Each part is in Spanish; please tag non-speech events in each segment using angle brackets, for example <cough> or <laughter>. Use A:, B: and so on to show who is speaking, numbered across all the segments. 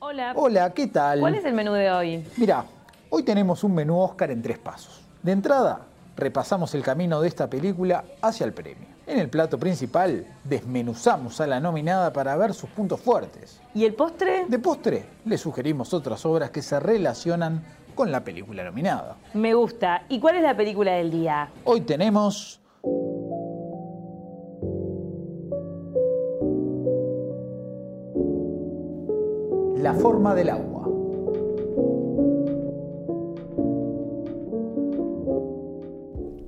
A: Hola.
B: Hola, ¿qué tal?
A: ¿Cuál es el menú de hoy?
B: Mirá, hoy tenemos un menú Oscar en tres pasos. De entrada, repasamos el camino de esta película hacia el premio. En el plato principal, desmenuzamos a la nominada para ver sus puntos fuertes.
A: ¿Y el postre?
B: De postre, le sugerimos otras obras que se relacionan con la película nominada.
A: Me gusta. ¿Y cuál es la película del día?
B: Hoy tenemos La forma del agua.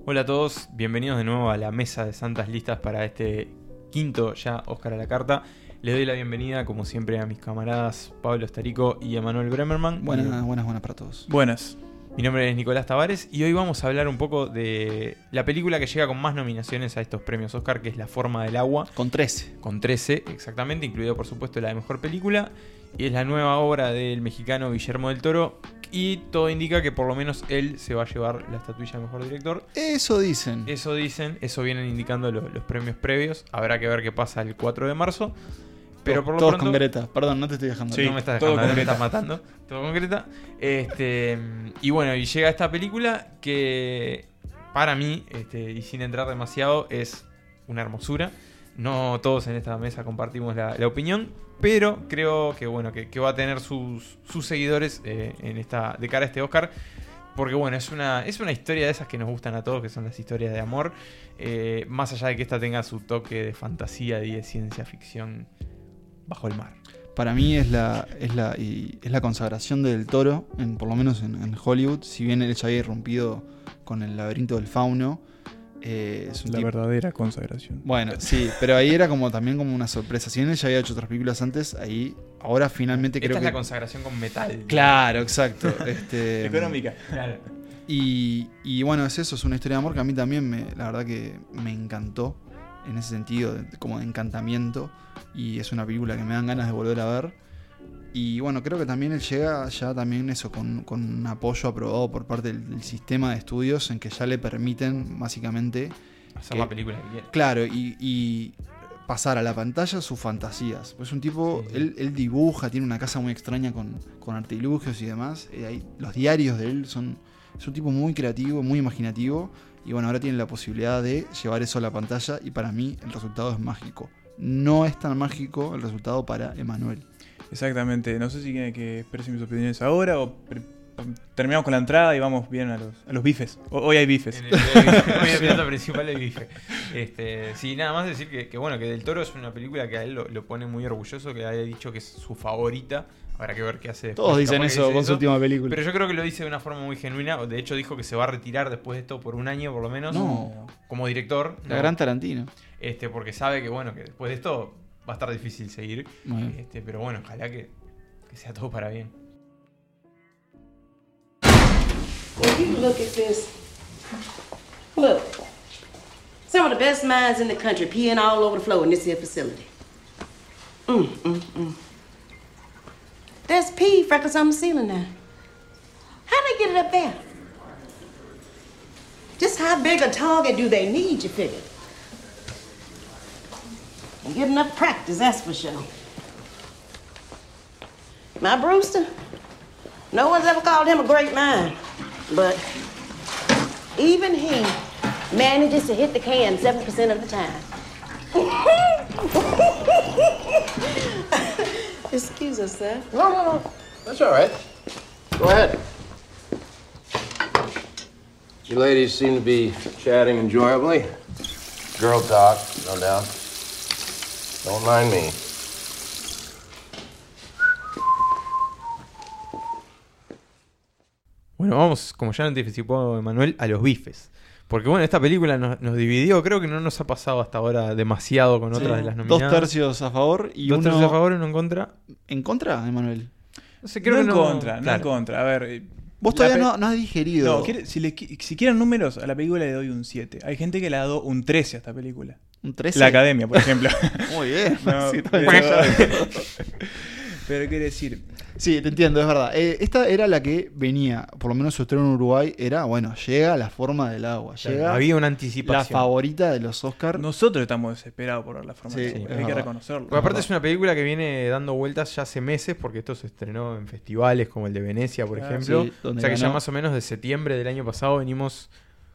C: Hola a todos, bienvenidos de nuevo a la mesa de Santas Listas para este quinto ya Oscar a la carta. Les doy la bienvenida, como siempre, a mis camaradas Pablo Estarico y Emanuel Bremerman.
D: Buenas, buenas, buenas para todos.
E: Buenas.
C: Mi nombre es Nicolás Tavares y hoy vamos a hablar un poco de la película que llega con más nominaciones a estos premios Oscar, que es La Forma del Agua,
D: Con 13.
C: con 13 exactamente, incluido por supuesto la de Mejor Película, y es la nueva obra del mexicano Guillermo del Toro, y todo indica que por lo menos él se va a llevar la estatuilla de Mejor Director.
D: Eso dicen.
C: Eso dicen, eso vienen indicando lo- los premios previos, habrá que ver qué pasa el 4 de marzo, pero por lo
D: todos con
C: pronto...
D: Greta. Perdón, no te estoy dejando.
E: Sí.
C: no me estás
E: todo
C: dejando, no me
E: concreta.
C: estás matando. Todo concreta. Este, y bueno, y llega esta película que para mí, este, y sin entrar demasiado, es una hermosura. No todos en esta mesa compartimos la, la opinión, pero creo que bueno, que, que va a tener sus, sus seguidores eh, en esta, de cara a este Oscar. Porque bueno, es una, es una historia de esas que nos gustan a todos, que son las historias de amor. eh, más allá de que esta tenga su toque de fantasía y de ciencia ficción bajo el mar.
D: Para mí es la, es la, y es la consagración del toro, en, por lo menos en, en Hollywood. Si bien él ya había irrumpido con el laberinto del fauno. eh, es un
E: La
D: tipo-
E: verdadera consagración.
D: Bueno, sí, pero ahí era como también como una sorpresa. Si bien él ya había hecho otras películas antes, ahí ahora finalmente Este creo
C: Esta es
D: que.
C: la consagración con metal.
D: claro, exacto.
C: <laughs>
D: este,
C: Claro.
D: Y, y bueno, es eso, es una historia de amor que a mí también, me, la verdad que me encantó en ese sentido, de- como de encantamiento. Y es una película que me dan ganas de volver a ver. Y bueno, creo que también él llega ya también eso, con, con un apoyo aprobado por parte del, del sistema de estudios en que ya le permiten básicamente,
C: Hacer
D: Que-
C: la película que
D: <laughs>
C: quieras.
D: claro, y, y pasar a la pantalla sus fantasías. Pues es un tipo,
C: Sí.
D: él, él dibuja, tiene una casa muy extraña con, con artilugios y demás. eh, ahí- los diarios de él son... Es un tipo muy creativo, muy imaginativo. Y bueno, ahora tiene la posibilidad de llevar eso a la pantalla y para mí el resultado es mágico. No es tan mágico el resultado para Emanuel.
E: Exactamente. No sé si quieren que expresen mis opiniones ahora o pre- terminamos con la entrada y vamos bien a los, a los bifes. O- hoy hay bifes.
C: En el, en el plato principal del bife. Este, sí, nada más decir que, que, bueno, que Del Toro es una película que a él lo, lo pone muy orgulloso, que haya dicho que es su favorita. Habrá que ver qué hace después.
D: Todos dicen
C: Capaz que
D: eso
C: dice
D: con su última película.
C: Pero yo creo que lo dice de una forma muy genuina. De hecho, dijo que se va a retirar después de esto por un año, por lo menos,
D: No,
C: como director.
D: la
C: ¿no?
D: gran Tarantino.
C: este, porque sabe que, bueno, que después de esto va a estar difícil seguir.
D: Bueno.
C: Este, pero bueno, ojalá que, que sea todo para bien.
F: Will you look at this? Look. Some of the best minds in the country peeing all over the floor in this here facility. Mm, mm, mm. There's pee freckles on the ceiling now. How they get it up there? Just how big a target do they need, you figure? And get enough practice, that's for sure. My Brewster, no one's ever called him a great mind, but even he manages to hit the can 7% of the time. <laughs> Excuse us, sir.
G: No, no, no. That's all right. Go ahead. You ladies seem to be chatting enjoyably. Girl talk, no doubt. Don't mind me.
C: Bueno, vamos, como ya anticipó Emanuel, a los bifes. Porque bueno, esta película nos, nos dividió, creo que no nos ha pasado hasta ahora demasiado con otras de las
D: Dos
C: nominadas.
D: tercios a favor y
C: Dos
D: uno
C: tercios a favor y uno en contra.
D: en contra, Emanuel.
C: No sé,
E: no
C: creo
E: en
C: que
E: contra, no en
C: Claro.
E: contra. A ver. eh,
D: Vos
E: la
D: todavía
E: pe-
D: no, no has digerido.
E: No, quiere- si, le qui- si quieren números, a la película le doy un 7. Hay gente que le ha dado un 13 a esta película.
D: Un 13.
C: <laughs>
D: <laughs>
E: La academia, por ejemplo.
D: Muy bien.
E: No,
D: Sí, está bien.
E: pero, pero quiero decir,
D: Sí, te entiendo, es verdad. Eh, esta era la que venía, por lo menos su estreno en Uruguay, era, bueno, llega la forma del agua, llega
C: Había una
D: la
C: anticipación.
D: favorita de los Oscars.
E: Nosotros estamos desesperados por ver la forma
D: Sí,
E: de
D: sí,
E: Hay
D: es
E: que
D: verdad.
E: reconocerlo.
C: Porque aparte es una película que viene dando vueltas ya hace meses, porque esto se estrenó en festivales como el de Venecia, por
E: Ah,
C: ejemplo.
D: sí,
C: o
D: donde
C: sea que ya
D: ganó.
C: más o menos de septiembre del año pasado venimos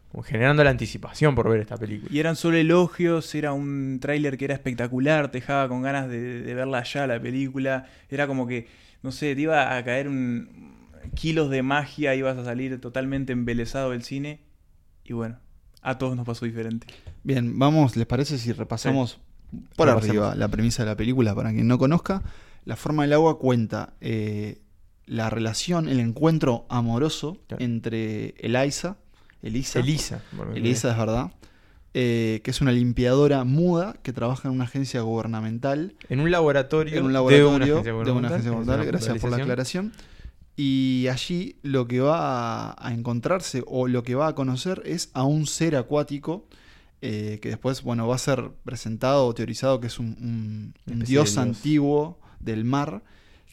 C: como generando la anticipación por ver esta película.
E: Y eran solo elogios, era un tráiler que era espectacular, te dejaba con ganas de, de verla ya la película. Era como que, no sé, te iba a caer un kilos de magia, ibas a salir totalmente embelesado del cine. Y bueno, a todos nos pasó diferente.
D: Bien, vamos, ¿les parece si repasamos por
C: Repasemos.
D: arriba la premisa de la película para quien no conozca? La forma del agua cuenta eh, la relación, el encuentro amoroso
C: Claro.
D: entre Eliza, Elisa,
C: Elisa. por lo que
D: Elisa es verdad, eh, que es una limpiadora muda que trabaja en una agencia gubernamental
C: viene. En un laboratorio.
D: en un laboratorio
C: de una agencia gubernamental,
D: gubernamental,
C: es una
D: gracias por la
C: puntualización.
D: aclaración. Y allí lo que va a encontrarse o lo que va a conocer es a un ser acuático eh, que después bueno, va a ser presentado o teorizado que es un, un-
C: Una
D: un
C: especie de
D: dios,
C: dios.
D: antiguo del mar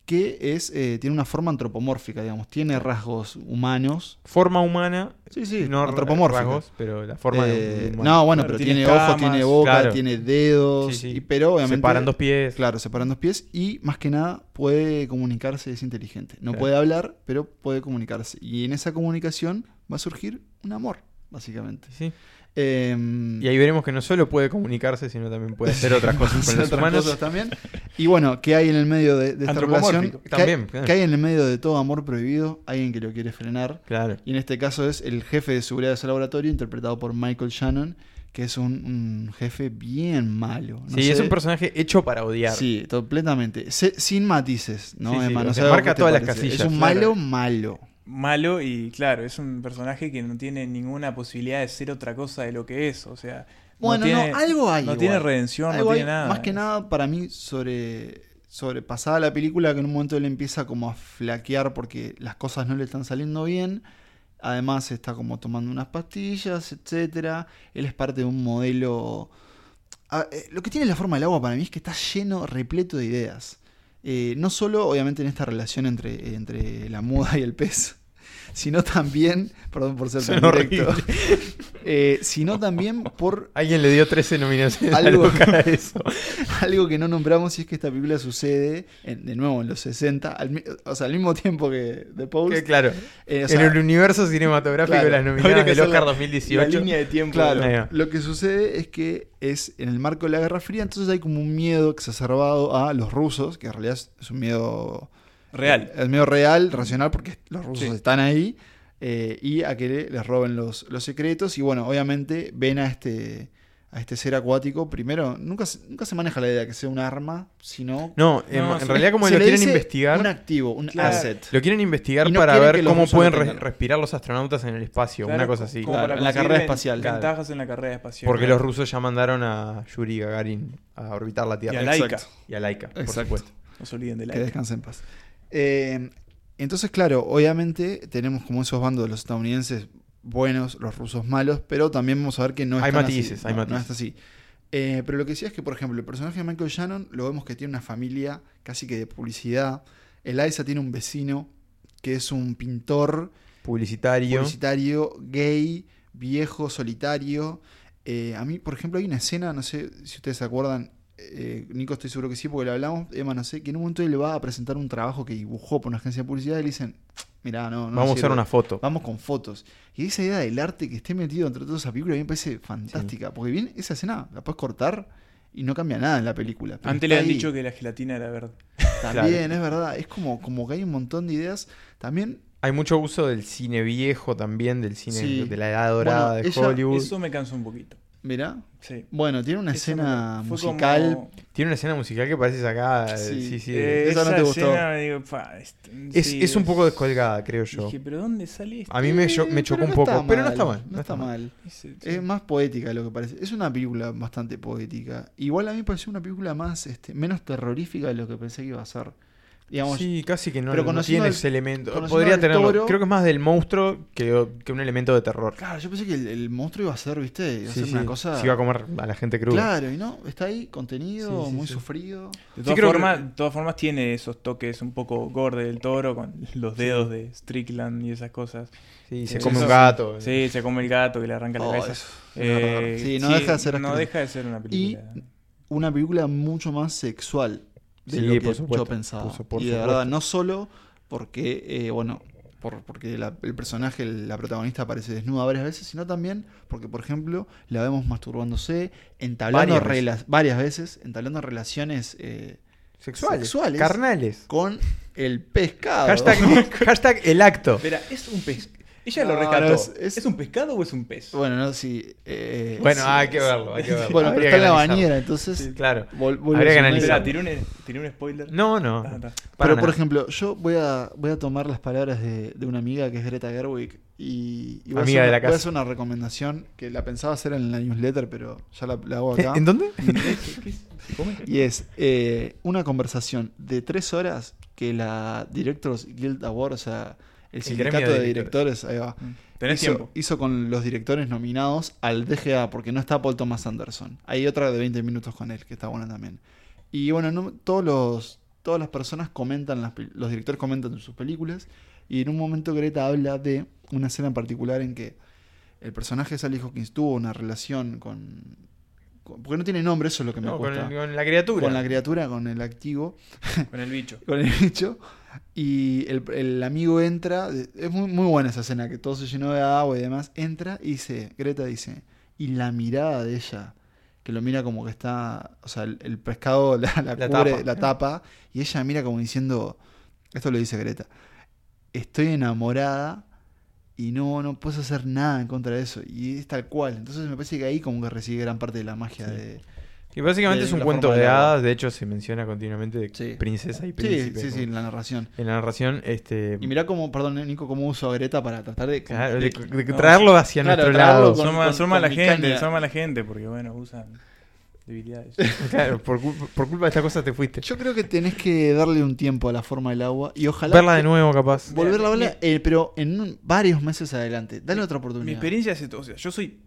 D: que es, eh, tiene una forma antropomórfica, digamos, tiene rasgos humanos.
C: Forma humana.
D: Sí, sí,
C: no
D: antropomórfica.
C: rasgos, pero la forma de un- de
D: Eh,
C: un humano.
D: no, bueno,
E: Claro,
D: pero
E: tiene
D: tiene, ojos,
E: escamas,
D: tiene boca,
C: claro.
D: tiene dedos,
C: Sí, sí.
D: y- pero obviamente...
C: Separan dos pies.
D: Claro, separan dos pies y más que nada puede comunicarse, es inteligente. No
C: Claro.
D: puede hablar, pero puede comunicarse. Y en esa comunicación va a surgir un amor, básicamente.
C: Sí.
D: Em, <laughs>
C: Y ahí veremos que no solo puede comunicarse, sino también puede hacer otras cosas con
D: hacer
C: los
D: otras
C: humanos.
D: cosas también. Y bueno, ¿qué hay en el medio de, de esta
E: Antropomórfico,
D: relación? ¿Qué hay-
C: también, claro.
D: ¿Qué hay en el medio de todo amor prohibido? Alguien que lo quiere frenar.
C: Claro.
D: Y en este caso es el jefe de seguridad de ese laboratorio, interpretado por Michael Shannon, que es un, un jefe bien malo. No
C: sí, es
D: sé-
C: un personaje hecho para odiar.
D: Sí, completamente. Se- sin matices, ¿no?
C: Sí, sí,
D: Emma? No
C: o sea,
D: sé
C: marca
D: qué te
C: todas las
D: parece.
C: casillas,
D: Es un
C: claro.
D: malo malo.
E: Malo y claro, es un personaje que no tiene ninguna posibilidad de ser otra cosa de lo que es. O sea,
D: Bueno,
E: no, tiene,
D: no, algo hay.
E: no
D: igual.
E: tiene redención,
D: Algo
E: no
D: hay,
E: tiene nada.
D: Más que nada, para mí, sobre, sobre pasada la película, que en un momento él empieza como a flaquear porque las cosas no le están saliendo bien. Además, está como tomando unas pastillas, etcétera. Él es parte de un modelo. Ah, eh, lo que tiene la forma del agua para mí es que está lleno, repleto de ideas. Eh, no solo, obviamente, en esta relación entre, entre la muda y el pez, <laughs> sino también, perdón por ser tan
C: Suena
D: directo, <laughs> eh, sino también por
C: Alguien le dio 13 nominaciones
D: Algo.
C: a Luca a
D: <laughs>
C: eso.
D: algo que no nombramos y es que esta película sucede, en- de nuevo, en los 60, al, mi- o sea, al mismo tiempo que The Post.
C: Que, claro.
D: Eh, o
C: en
D: sea,
C: el universo cinematográfico
D: claro,
C: de las
D: habría
C: nominadas
D: que
C: del
D: hacer la-
C: Oscar
D: la
C: 2018.
D: línea de tiempo.
C: Ahí va.
D: Lo que sucede es que es en el marco de la Guerra Fría, entonces hay como un miedo exacerbado a los rusos, que en realidad es- es un miedo
E: Real.
D: El medio real, racional, porque los rusos
E: Sí.
D: están ahí. eh, y a que les roben los, los secretos. Y bueno, obviamente ven a este, a este ser acuático. Primero, nunca, se- nunca se maneja la idea de que sea un arma, sino.
C: No, en,
E: No,
C: en
E: sí.
C: realidad como
D: Se
C: lo
D: le
C: quieren
D: dice
C: investigar,
D: Un activo, un
E: Claro.
D: asset.
C: lo quieren investigar
D: Y no
C: para
D: quieren
C: ver
D: que los
C: cómo
D: rusos lo
C: pueden re-
D: tengan.
C: respirar los astronautas en el espacio,
E: Claro,
C: una cosa así.
E: como
D: claro,
E: para
D: en la
E: conseguir
D: carrera
E: ven-
D: espacial.
E: Ventajas en la carrera espacial.
C: Porque los rusos ya mandaron a Yuri Gagarin a orbitar la
E: Y
C: Tierra.
E: a Laika.
D: Exacto.
C: Y a Laika, por
D: Exacto.
C: supuesto.
E: No se olviden de
D: Que
E: Laika.
D: descanse en paz. Eh, entonces, claro, obviamente tenemos como esos bandos de los estadounidenses buenos, los rusos malos, pero también vamos a ver que no
C: Hay
D: están
C: matices,
D: así.
C: hay
D: no, no
C: matices.
D: está así. Eh, pero lo que sí es que, por ejemplo, el personaje de Michael Shannon lo vemos que tiene una familia casi que de publicidad. Eliza tiene un vecino que es un pintor
C: Publicitario.
D: publicitario, gay, viejo, solitario. Eh, a mí, por ejemplo, hay una escena, no sé si ustedes se acuerdan, eh, Nico estoy seguro que sí, porque lo hablamos, Emma no sé, que en un momento él le va a presentar un trabajo que dibujó por una agencia de publicidad y le dicen, mirá, no, no
C: Vamos a
D: sirve,
C: usar una foto.
D: Vamos con fotos. Y esa idea del arte que esté metido entre toda esa película a mí me parece fantástica, porque bien, esa escena la puedes cortar y no cambia nada en la película. pero
E: Antes
D: está
E: le han
D: ahí.
E: dicho que la gelatina era verde.
D: También, es verdad, es como, como que hay un montón de ideas. También
C: Hay mucho uso del cine viejo también, del cine
D: Sí.
C: de la edad dorada
D: Bueno,
C: de
D: ella-
C: Hollywood.
E: Eso me cansó un poquito.
D: Mirá,
E: Sí.
D: bueno, tiene una
E: Eso
D: escena
E: me- fue
D: musical
E: como-
C: Tiene una escena musical que parece sacada.
D: Sí.
C: Sí, sí.
E: Eh,
D: Esa no te gustó.
E: escena, me digo, pa, este-
C: es,
E: sí,
C: es un poco descolgada, creo yo.
E: Dije, pero ¿dónde sale esto?
C: A mí me, cho- me
D: Eh,
C: chocó
D: pero
C: un
D: no
C: poco,
D: está
C: pero no
D: mal,
C: está mal.
D: No está mal.
E: Ese- sí.
D: Es más poética de lo que parece. Es una película bastante poética. Igual a mí me pareció una película más, este, menos terrorífica de lo que pensé que iba a ser. Digamos,
C: sí, casi que no,
D: pero
C: no
D: conociendo
C: tiene
D: al-
C: ese elemento.
D: conociendo
C: Podría
D: al
C: tenerlo.
D: toro-
C: Creo que es más del monstruo que, que un elemento de terror.
D: Claro, yo pensé que el, el monstruo iba a ser, ¿viste? Iba a
C: Sí,
D: ser
C: sí.
D: una cosa.
C: Se iba a comer a la gente cruda.
D: Claro, y no, está ahí contenido,
C: Sí, sí,
D: muy
C: sí.
D: sufrido.
E: De
C: creo
E: todas,
C: que-
E: formas, de todas formas tiene esos toques un poco gore del toro con <laughs> los dedos de Strickland y esas cosas.
C: Sí, se
E: Eh,
C: come
E: eso-
C: un gato.
E: Sí, se come el gato que le arranca la
D: Oh,
E: cabeza.
D: eso es
E: Eh,
D: verdad. Sí, no deja de ser
E: no
D: asqueroso.
E: deja de ser una
D: Y
E: película.
D: una película mucho más sexual de
C: Sí,
D: lo que
C: por supuesto,
D: yo pensaba.
C: por su- por
D: y de verdad,
C: supuesto.
D: no solo porque, eh, bueno, por- porque la- el personaje, la protagonista aparece desnuda varias veces, sino también porque, por ejemplo, la vemos masturbándose, entablando
C: Varias veces.
D: rela- varias veces, entablando relaciones eh,
C: Sexuales.
D: Sexuales.
C: Carnales.
D: con el pescado.
C: Hashtag, hashtag el acto.
E: Espera, es un pez. Ella
D: No,
E: lo rescató.
D: no, es-
E: es,
D: es-
E: un pescado o es un
D: <laughs>
E: pez?
D: Bueno, no, sí. eh,
C: Bueno,
D: sí.
C: hay que verlo, hay que verlo.
D: Bueno, pero
C: Habría
D: está en la
C: que analizarlo.
D: bañera, entonces.
C: Sí, claro.
D: vol- vuelve
C: Habría que
D: a su
C: analizarlo.
E: Espera,
D: medio.
E: ¿tiré un, tiré un spoiler?
C: No, no.
E: Ah, está.
C: para
D: Pero, por
C: nada.
D: ejemplo, yo voy a, voy a tomar las palabras de, de una amiga que es Greta Gerwig y, y voy, a
C: Amiga
D: hacer,
C: de la
D: voy a
C: casa.
D: hacer una recomendación que la pensaba hacer en la newsletter, pero ya la, la hago acá.
C: <laughs> ¿Eh? ¿En dónde?
D: y es eh, una conversación de tres horas que la Directors Guild Award, o sea, el sindicato
C: gremio
D: de
C: de Mm.
D: directores, ahí va,
E: Tenés
D: hizo,
E: tiempo.
D: hizo con los directores nominados al DGA, porque no está Paul Thomas Anderson. Hay otra de 20 minutos con él, que está buena también. Y bueno, no- todos los, todas las personas comentan, las pel- los directores comentan sus películas, y en un momento Greta habla de una escena en particular en que el personaje de Sally Hawkins tuvo una relación con... con- Porque no tiene nombre, eso es lo que me
C: No, con,
D: cuesta.
C: el- con la criatura.
D: Con la criatura, con el activo
E: Con el bicho.
D: con el bicho. Y el, el amigo entra. de- Es muy, muy buena esa escena que todo se llenó de agua y demás. Entra y dice, Greta dice, y la mirada de ella, que lo mira como que está. O sea, el, el pescado la, la,
C: La
D: cubre,
C: tapa.
D: la tapa. Y ella mira como diciendo. Esto lo dice Greta. Estoy enamorada. Y no, no puedes hacer nada en contra de eso. Y es tal cual. Entonces me parece que ahí como que recibe gran parte de la magia de.
C: Que básicamente
D: de
C: es un
D: la
C: cuento
D: forma
C: de
D: de la-
C: hadas. De hecho, se menciona continuamente de
D: Sí.
C: princesa y
D: Sí,
C: príncipe.
D: sí,
C: como-
D: sí, la narración.
C: En la narración, este.
D: Y mirá cómo, perdón, eh, Nico, cómo uso a Greta para tratar de.
C: claro, de- de- de
E: no,
C: traerlo hacia
D: claro,
C: nuestro
D: traerlo
C: lado.
D: con-
E: Son más- son más la
D: mi
E: gente,
D: caña.
E: son más la gente, porque bueno, usan
D: <laughs>
E: debilidades.
C: Claro, por, cul- por culpa de estas cosas te fuiste.
D: Yo creo que tenés que darle un tiempo a la forma del agua y ojalá.
C: Verla de nuevo, capaz.
D: Volverla a verla, eh, pero en un- varios meses adelante. Dale otra oportunidad.
E: Mi
D: <laughs>
E: experiencia es esto. O sea, yo soy.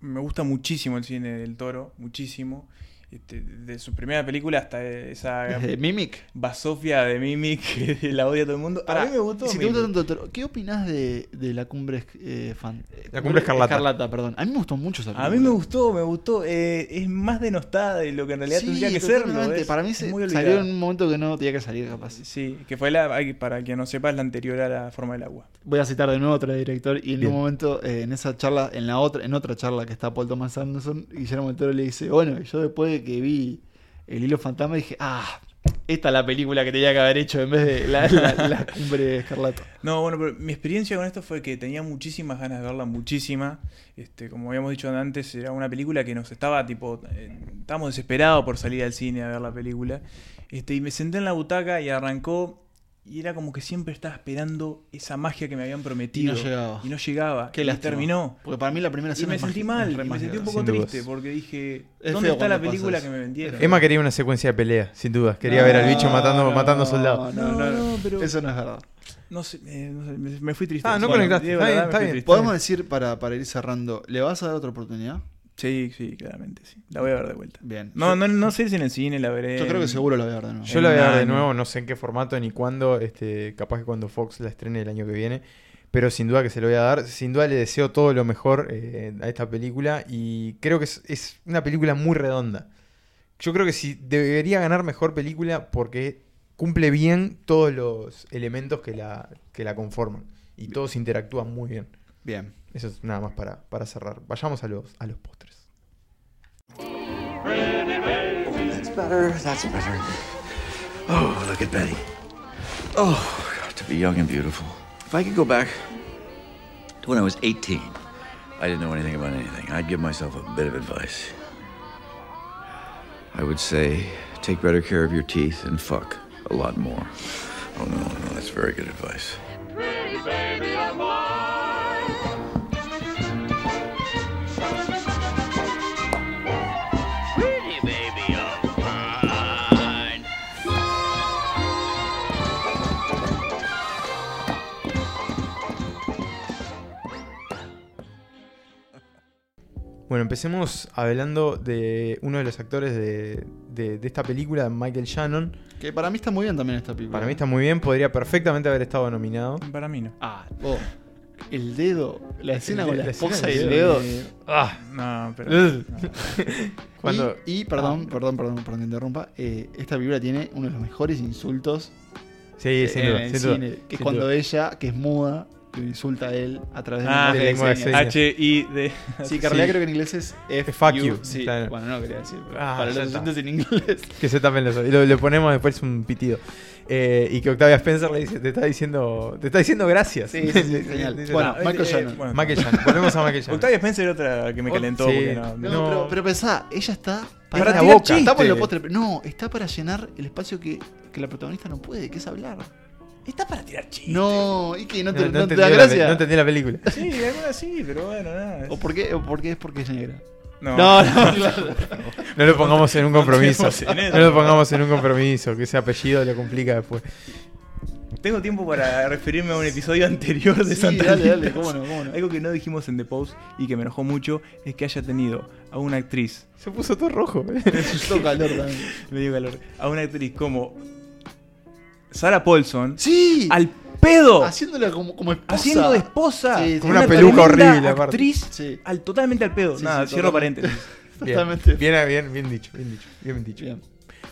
E: Me gusta muchísimo el cine del toro, muchísimo. Este, de su primera película
D: <laughs>
E: hasta esa
D: Desde Mimic.
E: basofia de Mimic <laughs> que la odia todo el mundo.
D: Pará,
E: a mí me gustó.
D: y Si te gusta
E: Mimic.
D: tanto, otro- ¿qué opinás de, de la cumbre eh, fan? eh,
C: La Cumbre Escarlata.
D: perdón. A mí me gustó mucho esa
E: A
D: película.
E: mí me gustó, me gustó. Eh, es más denostada de lo que en realidad
D: Sí,
E: tendría que ser.
D: totalmente. Para mí se salió en un momento que no tenía que salir, capaz.
E: Sí, que fue la, ay, para quien no sepa, es la anterior a la forma del agua.
D: Voy a citar de nuevo a otro director y en
C: Bien.
D: un momento, eh, en esa charla, en la otra, en otra charla que está Paul Thomas Anderson, Guillermo del Toro le dice, bueno, yo después de que vi El Hilo Fantasma dije, ah, esta es la película que tenía que haber hecho en vez de la,
C: <laughs>
D: la- la cumbre de Escarlata.
E: No, bueno, pero mi experiencia con esto fue que tenía muchísimas ganas de verla, muchísima. Este, como habíamos dicho antes, era una película que nos estaba, tipo, eh, estábamos desesperados por salir al cine a ver la película. Este, y me senté en la butaca y arrancó y era como que siempre estaba esperando esa magia que me habían prometido.
D: llegaba.
E: Y no llegaba.
D: Qué
E: y
D: lástima.
E: terminó.
D: Porque para mí la primera
E: Y
D: escena
E: me
D: es
E: sentí
D: mágica,
E: mal,
D: es re
E: y me sentí
D: mágica,
E: un
C: sin
E: poco
C: dudas.
E: triste porque dije,
D: Es
E: ¿dónde
D: feo
E: está la
D: cuando pasa
E: película
D: eso.
E: que me vendieron?
C: Emma quería una secuencia de pelea, sin duda. Quería
D: No,
C: ver al bicho matando,
D: no,
C: matando soldados.
D: No, no,
E: No, no, pero-
D: Eso no es verdad.
E: No sé, eh, no sé, me, me fui triste.
C: Ah, no conectaste.
E: de
C: Está
E: verdad
C: bien,
E: me
C: está
E: fui
C: bien.
E: triste.
D: Podemos decir, para, para ir cerrando, ¿le vas a dar otra oportunidad?
E: Sí, sí, claramente, sí. La voy a ver de vuelta.
D: Bien.
E: No,
D: yo,
E: no, no sé si en el cine la veré.
D: yo creo que
E: en-
D: seguro la voy a ver de nuevo.
C: Yo la voy a
E: En
C: ver de
E: un año.
C: nuevo, no sé en qué formato ni cuándo, este, capaz que cuando Fox la estrene el año que viene, pero sin duda que se lo voy a dar. Sin duda le deseo todo lo mejor eh, a esta película y creo que es, es una película muy redonda. Yo creo que sí debería ganar mejor película porque cumple bien todos los elementos que la, que la conforman y todos interactúan muy bien.
D: Bien.
C: Eso es nada más para, para cerrar. Vayamos a los, a los postres.
H: That's better. That's better. Oh, look at Betty. Oh, God, to be young and beautiful. If I could go back to when I was 18, I didn't know anything about anything. I'd give myself a bit of advice. I would say, take better care of your teeth and fuck a lot more. Oh, no, no, that's very good advice.
C: Bueno, empecemos hablando de uno de los actores de, de- de esta película, Michael Shannon.
D: Que para mí está muy bien también esta película.
C: Para mí está muy bien, podría perfectamente haber estado
D: <laughs>
C: nominado.
E: Para mí no.
D: Ah, vos. El dedo. La escena
C: Oh. de-
D: con la,
C: la escena
D: esposa
C: del
D: y el
C: dedo.
D: dedo.
C: Ah,
E: No, pero.
C: cuando Ah.
D: Y, y, perdón, perdón, perdón, perdón que interrumpa. eh, esta película tiene uno de los mejores insultos eh,
C: sí, sin
D: en
C: duda,
D: el
C: sin duda,
D: cine. Que
C: sin
D: es cuando
C: duda.
D: ella, que es muda, lo insulta a él a través de
E: Ah,
D: la lengua de
C: sí.
D: señas.
E: H-I-D.
D: Sí, que en realidad
C: Sí.
D: creo que en inglés es F,
C: fuck you.
D: Sí,
C: Claro.
D: bueno, no quería decir. pero
C: Ah,
D: para
C: ya
D: los
C: está.
D: insultos en inglés. <laughs>
C: Que se tapen los oídos. Y lo- le ponemos después un pitido. Eh, y que Octavia Spencer le dice, te está diciendo, te está diciendo gracias. <laughs>
D: Sí, sí, sí,
C: Le-
D: genial.
C: le dice,
D: Bueno,
C: "No".
E: eh,
D: Michael
E: eh,
D: Shannon.
E: bueno.
C: Michael Shannon, volvemos a Michael Shannon.
E: <laughs> Octavia Spencer era otra que me
C: Oh,
E: calentó.
C: sí.
E: porque no-
D: No,
C: No.
D: Pero, pero pensá, ella está
C: Para la
D: tirar
C: boca.
D: chistes. Estamos en lo
C: Sí.
D: postre, pero no, está para llenar el espacio que, que la protagonista no puede, que es hablar.
E: Está para tirar chistes.
D: No, y que no te, no te
C: entendió
D: da
C: la pe-
D: gracia.
C: no entendí la película.
E: Sí, alguna sí, pero bueno, nada. es-
D: ¿O por qué? ¿O por qué es porque es negra?
E: No,
D: no, claro.
C: No lo pongamos
D: <laughs>
C: en un compromiso.
E: entremos en eso.
C: No lo pongamos en un compromiso, que ese apellido lo complica después.
E: Tengo tiempo para referirme a un episodio <laughs> anterior de
D: Sí,
E: Santa
D: dale,
E: Rita.
D: dale, cómo no, cómo no.
E: Algo que no dijimos en The Post y que me enojó mucho es que haya tenido a una actriz,
C: Se puso todo rojo.
D: Todo calor también.
E: me dio calor, a una actriz como Sarah Paulson
D: Sí,
E: al pedo
D: haciéndola como, como esposa.
E: haciendo de esposa
D: Sí, sí.
C: Con una peluca
E: tremenda
C: horrible, aparte.
E: actriz
D: Sí.
E: al totalmente al pedo.
D: Sí,
E: Nada,
D: sí,
E: cierro
D: totalmente.
E: paréntesis.
D: Totalmente.
C: Bien, bien, bien, bien dicho, bien dicho, bien dicho.
D: Bien.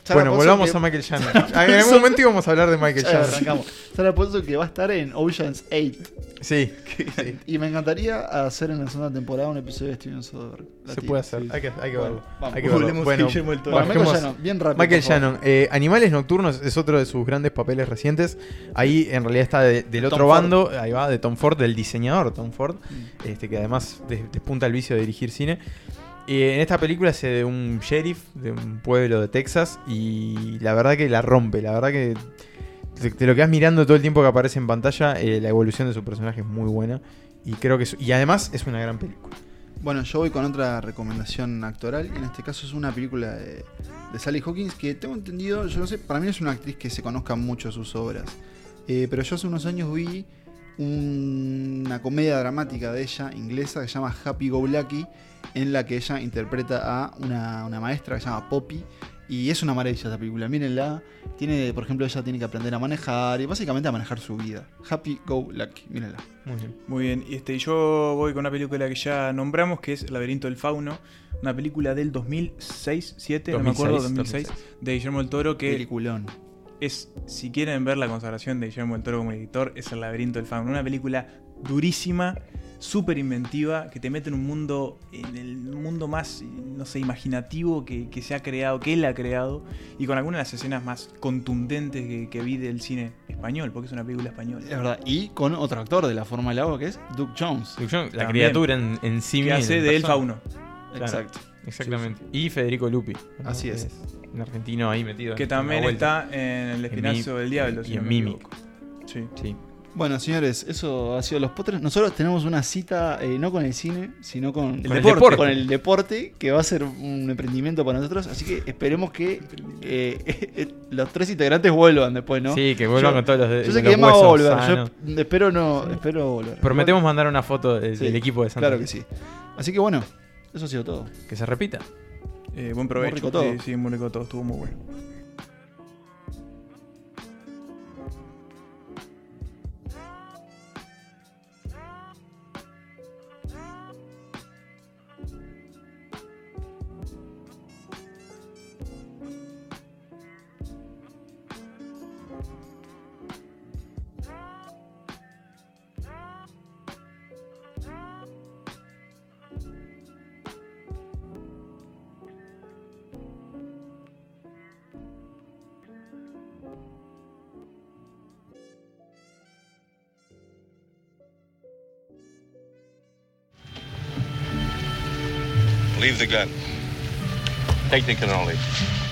D: Sarah
C: Bueno,
D: Paulson
C: volvamos
D: que-
C: a Michael
D: <laughs>
C: Shannon. Ah, en algún momento íbamos a hablar de Michael
D: Ya
C: Shannon.
D: arrancamos. Sarah Paulson que va a estar en Ocean's 8.
C: Sí, <laughs>
D: Y me encantaría hacer en la segunda temporada un episodio de Steven Soderbergh.
C: se
D: Latino,
C: puede hacer.
D: sí, sí.
C: Hay que, hay que
D: Bueno,
C: verlo.
D: vamos.
C: Hay que verlo.
E: Volvemos a
C: Bueno,
E: Guillermo del Toro.
D: Bueno, Michael
C: bajemos-
D: Shannon, bien rápido.
C: Michael
D: por favor.
C: Shannon, eh, Animales Nocturnos es otro de sus grandes papeles recientes. Ahí en realidad está de- del
D: Tom
C: otro
D: Ford. Mm.
C: bando, ahí va, de Tom Ford, del diseñador Tom Ford, este, que además des- despunta el vicio de dirigir cine. Eh, en esta película hace de un sheriff de un pueblo de Texas y la verdad que la rompe, la verdad que te, te lo quedas mirando todo el tiempo que aparece en pantalla, eh, la evolución de su personaje es muy buena y creo que es- y además es una gran película.
D: Bueno, yo voy con otra recomendación actoral. Y en este caso es una película de, de Sally Hawkins que tengo entendido, yo no sé, para mí no es una actriz que se conozca mucho sus obras. Eh, pero yo hace unos años vi un- una comedia dramática de ella, inglesa, que se llama Happy Go Lucky, en la que ella interpreta a una, una maestra que se llama Poppy. Y es una maravilla esa película, mírenla. Tiene, por ejemplo, ella tiene que aprender a manejar y básicamente a manejar su vida. Happy Go Lucky, mírenla.
C: Muy bien.
E: Muy bien, y este, yo voy con una película que ya nombramos, que es El laberinto del fauno, una película del 2006, 7, no me acuerdo, 2006,
C: 2006.
E: de Guillermo del Toro, que
D: Peliculón.
E: es, si quieren ver la consagración de Guillermo del Toro como editor, es El laberinto del fauno, una película durísima, súper inventiva, que te mete en un mundo, en el mundo más, no sé, imaginativo que, que se ha creado, que él ha creado, y con algunas de las escenas más contundentes que, que vi del cine español, porque es una película española.
C: Eh,
D: Es verdad. Y con otro actor de la forma del agua que es Duke Jones.
C: La
E: También.
C: criatura en, en sí
E: Que
C: misma,
E: hace
C: en
E: de él
C: persona.
E: fauno.
D: Exacto.
C: Exactamente. Y Federico Lupi. ¿no?
D: Así
C: Que
D: es.
C: Un argentino ahí metido.
E: Que
C: en la
E: también
C: vuelta.
E: está en el espinazo
C: Mi-
E: del diablo.
C: y en
E: me
C: Mimic.
E: equivoco. Sí. eh,
C: Sí.
D: Bueno, señores, eso ha sido los potres. Nosotros tenemos una cita, eh, no con el cine, sino con,
C: Con el deporte. deporte.
D: Con el deporte, que va a ser un emprendimiento para nosotros. Así que esperemos que eh, <laughs> los tres integrantes vuelvan después, ¿no?
C: Sí, que vuelvan
D: Yo-
C: con todos los, de-
D: Yo sé
C: los
D: que Emma va a
C: huesos
D: volver.
C: sanos.
D: Yo espero, no, espero volver.
C: Prometemos mandar una foto del,
D: Sí,
C: del equipo de Santa.
D: Claro que sí. Así que bueno, eso ha sido todo.
C: Que se repita.
E: Eh, buen provecho.
D: rico todo.
E: Sí, sí, muy rico todo. Estuvo muy bueno.
I: Leave the gun. Take the cannoli.